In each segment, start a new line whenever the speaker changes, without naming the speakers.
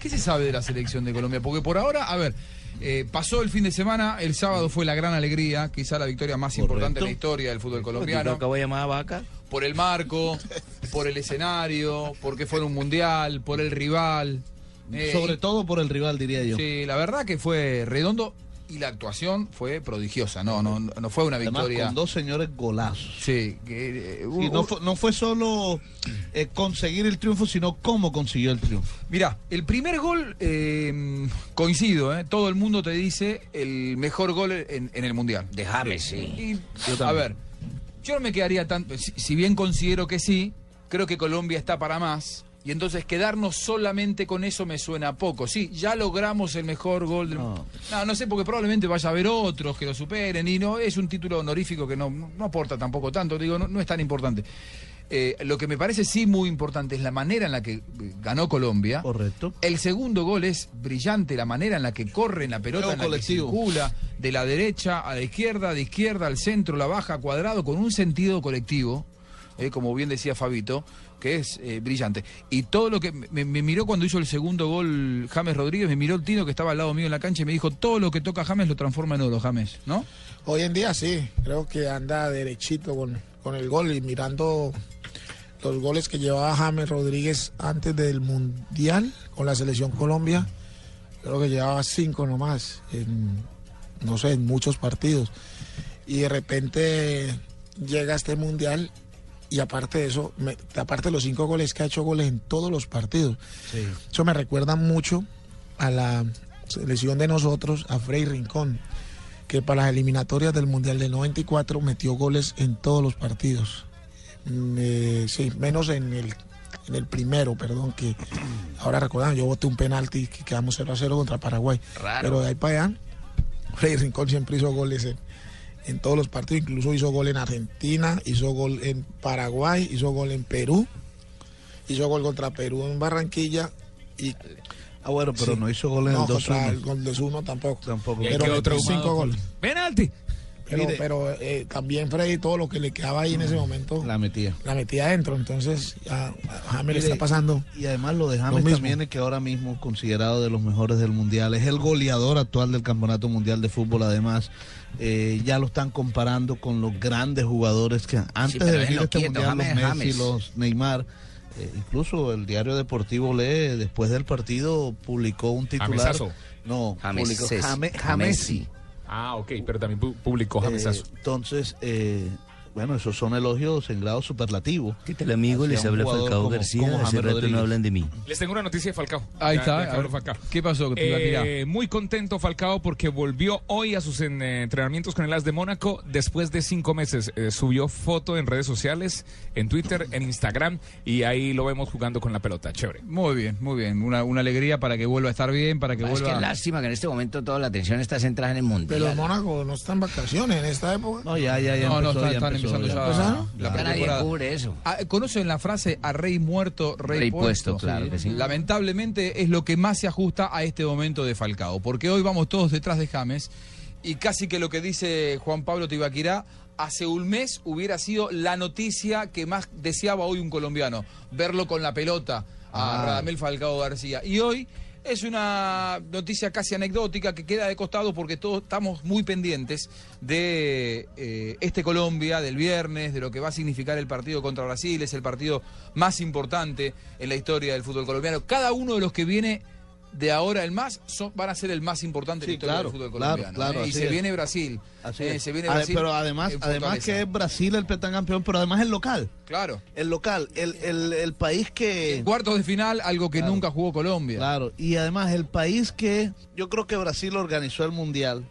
¿Qué se sabe de la selección de Colombia? Porque por ahora, a ver, eh, pasó el fin de semana, el sábado fue la gran alegría, quizá la victoria más importante en la historia del fútbol colombiano.
acabo de llamar a Vaca.
Por el marco, por el escenario, porque fue en un mundial, por el rival. Eh,
Sobre todo por el rival, diría yo.
Sí, la verdad que fue redondo y la actuación fue prodigiosa. No, no, no fue una
Además,
victoria.
con dos señores golazos.
Sí, que, eh,
Y
un-
no, fue, no fue solo eh, conseguir el triunfo, sino cómo consiguió el triunfo.
Mirá, el primer gol, eh, coincido, ¿eh? todo el mundo te dice el mejor gol en, en el Mundial.
Déjame, sí.
Y, a ver, yo no me quedaría tanto, si, si bien considero que sí, creo que Colombia está para más. Y entonces quedarnos solamente con eso me suena poco. Sí, ya logramos el mejor gol del
No.
No, no sé, porque probablemente vaya a haber otros que lo superen. Y no, es un título honorífico que no, no- no aporta tampoco tanto. Digo, no, no es tan importante. Eh, lo que me parece sí muy importante es la manera en la que eh, ganó Colombia.
Correcto.
El segundo gol es brillante, la manera en la que corren la pelota,
Juego
en la que
colectivo.
circula, de la derecha a la izquierda, de izquierda al centro, la baja, cuadrado, con un sentido colectivo, eh, como bien decía Fabito, que es eh, brillante. Y todo lo que me, me miró cuando hizo el segundo gol James Rodríguez, me miró el Tino que estaba al lado mío en la cancha y me dijo, todo lo que toca James lo transforma en oro, James, ¿no?
Hoy en día sí, creo que anda derechito con, con el gol y mirando los goles que llevaba James Rodríguez antes del Mundial con la selección Colombia, creo que llevaba cinco nomás, en, no sé, en muchos partidos. Y de repente llega este Mundial y aparte de eso, me- aparte de los cinco goles que ha hecho goles en todos los partidos. Eso me recuerda mucho a la selección de nosotros, a Frei Rincón, que para las eliminatorias del Mundial del 94 metió goles en todos los partidos. Mm, eh, sí, menos en el, en el primero, perdón, que ahora recordando, yo voté un penalti que quedamos 0 a 0 contra Paraguay.
Raro.
Pero de ahí para allá, Frei Rincón siempre hizo goles en, en todos los partidos, incluso hizo gol en Argentina, hizo gol en Paraguay, hizo gol en Perú, hizo gol contra Perú en Barranquilla y
Ah, bueno, pero
Sí.
no hizo gol en
no,
el 2
contra el gol 2-1 tampoco.
Tampoco. Y
Pero
quedó
metió cinco goles.
¡Penalti!
Pero,
Mire.
pero, eh, también Freddy, todo lo que le quedaba ahí en ese momento,
Mm, La
la,
metía.
metía adentro. Entonces, a, a James le
Mire,
está pasando.
Y además lo de
Lo
James
mismo.
también es que ahora mismo es considerado de los mejores del mundial. Es el goleador actual del Campeonato Mundial de Fútbol, además. Eh, ya lo están comparando con los grandes jugadores que antes
pero
de
es
venir
lo
a este
quieto,
mundial, los
James,
Messi,
James.
los Neymar. eh, incluso el diario deportivo lee después del partido publicó un titular.
Jamesazo.
No,
James-
publicó Jame-
Jamesi.
Jamesi.
Ah, ok, pero también pu- publicó Jamesazo.
Eh, entonces, eh, bueno, esos son elogios en grado superlativo.
¿Qué tal, amigo? Les
Hacia un
habla
jugador
Falcao
como- como
García. Hace
James
rato no
Rodríguez.
hablan de mí.
Les tengo una noticia de Falcao.
Ahí
Ya-
está,
ya
a
que hablo
ver,
de Falcao.
¿qué pasó? Que te iba a tirar.
Eh, muy contento Falcao porque volvió hoy a sus en- eh, entrenamientos con el As de Mónaco después de cinco meses. Eh, subió foto en redes sociales, en Twitter, en Instagram y ahí lo vemos jugando con la pelota. Chévere.
Muy bien, muy bien. Una, una alegría para que vuelva a estar bien, para que
Es que
vuelva...
lástima que en este momento toda la atención está centrada en el mundial.
Pero Mónaco no está en vacaciones en esta época.
No, ya, ya, ya.
No, no,
empezó,
está- están
ya empezó,
empezando ya,
ya.
la
Ya nadie
pretemporada.
cubre eso.
Ah, ¿Conocen la frase a rey muerto, rey,
Rey puesto, claro que sí.
Lamentablemente es lo que más se ajusta a este momento de Falcao, porque hoy vamos todos detrás de James y casi que lo que dice Juan Pablo Tibaquirá, hace un mes hubiera sido la noticia que más deseaba hoy un colombiano, verlo con la pelota a
Ah.
Radamel Falcao García. Y hoy es una noticia casi anecdótica que queda de costado porque todos estamos muy pendientes de eh, este Colombia, del viernes, de lo que va a significar el partido contra Brasil. Es el partido más importante en la historia del fútbol colombiano. Cada uno de los que viene de ahora el más son- van a ser el más importante en
Sí,
la historia
claro,
del fútbol
claro,
colombiano.
claro,
¿eh? Y
así
se
es.
viene Brasil.
Así
eh,
es.
se viene
Ade-
Brasil
pero además,
en
además
fortaleza.
que es Brasil el pentacampeón, pero además el local.
Claro.
El local, el, el, el país que...
Cuartos de final, algo que
Claro.
nunca jugó Colombia.
Claro, y además el país que yo creo que Brasil organizó el mundial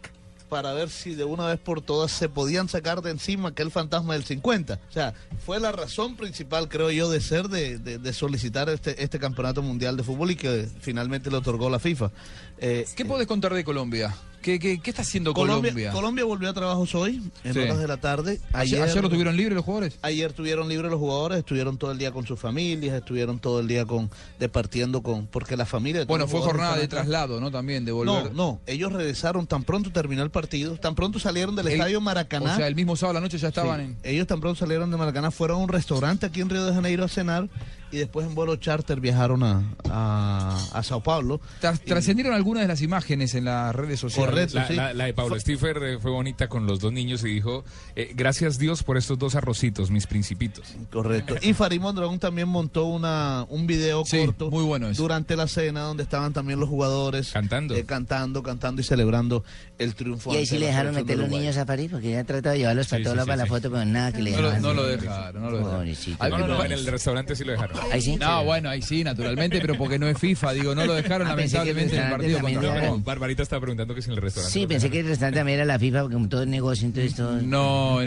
para ver si de una vez por todas se podían sacar de encima aquel fantasma del 50. O sea, fue la razón principal, creo yo, de ser, de, de- de solicitar este, este campeonato mundial de fútbol y que finalmente le otorgó la FIFA. Eh,
¿Qué podés contar de Colombia? ¿Qué, qué- qué está haciendo Colombia?
Colombia, Colombia volvió a trabajos hoy, en
Sí.
horas de la tarde.
Ayer, ayer lo tuvieron libre los jugadores.
Ayer tuvieron libre los jugadores, estuvieron todo el día con sus familias, estuvieron todo el día con departiendo con porque la familia de todos
Bueno,
los
fue
jugadores
jornada de
están acá.
traslado, ¿no? También de volver.
No, no, ellos regresaron tan pronto terminó el partido, tan pronto salieron del
El-
estadio Maracaná.
O sea, el mismo sábado a la noche ya estaban
Sí,
en.
Ellos tan pronto salieron de Maracaná, fueron a un restaurante aquí en Río de Janeiro a cenar y después en vuelo charter viajaron a, a, a Sao Paulo.
Tras-
Y-
Trascendieron algunas de las imágenes en las redes sociales.
Correcto.
La,
Sí.
la- la de Pablo Stiffer eh, fue bonita con los dos niños y dijo, eh, gracias Dios por estos dos arrocitos, mis principitos.
Correcto. Y Farimón Dragón también montó una, un video
Sí,
corto
muy bueno ese.
durante la cena donde estaban también los jugadores
Cantando.
eh, cantando, cantando y celebrando el triunfo.
Y ahí
ante
sí
la
le dejaron
selección
meter
de
los
Uruguay.
niños a París porque ya trataba de llevarlos para
Sí,
todos
sí,
lados
sí,
para
sí.
la foto, pero nada que le
No lo,
dejaron.
no lo dejaron, no lo dejaron.
Pobrecito.
Ay,
No, no, no,
pero-
en el restaurante sí lo dejaron.
Ahí sí.
No, bueno, ahí sí, naturalmente, pero porque no es FIFA, digo, no lo dejaron
Ah, pensé que
lamentablemente en el
pensaban que
partido
también
contra
lo
Japón.
dejaron.
Barbarita estaba preguntando que si en el restaurante.
Sí,
lo
pensé
dejaron.
que el restaurante también era la FIFA porque como todo es negocio, entonces todo...
No, en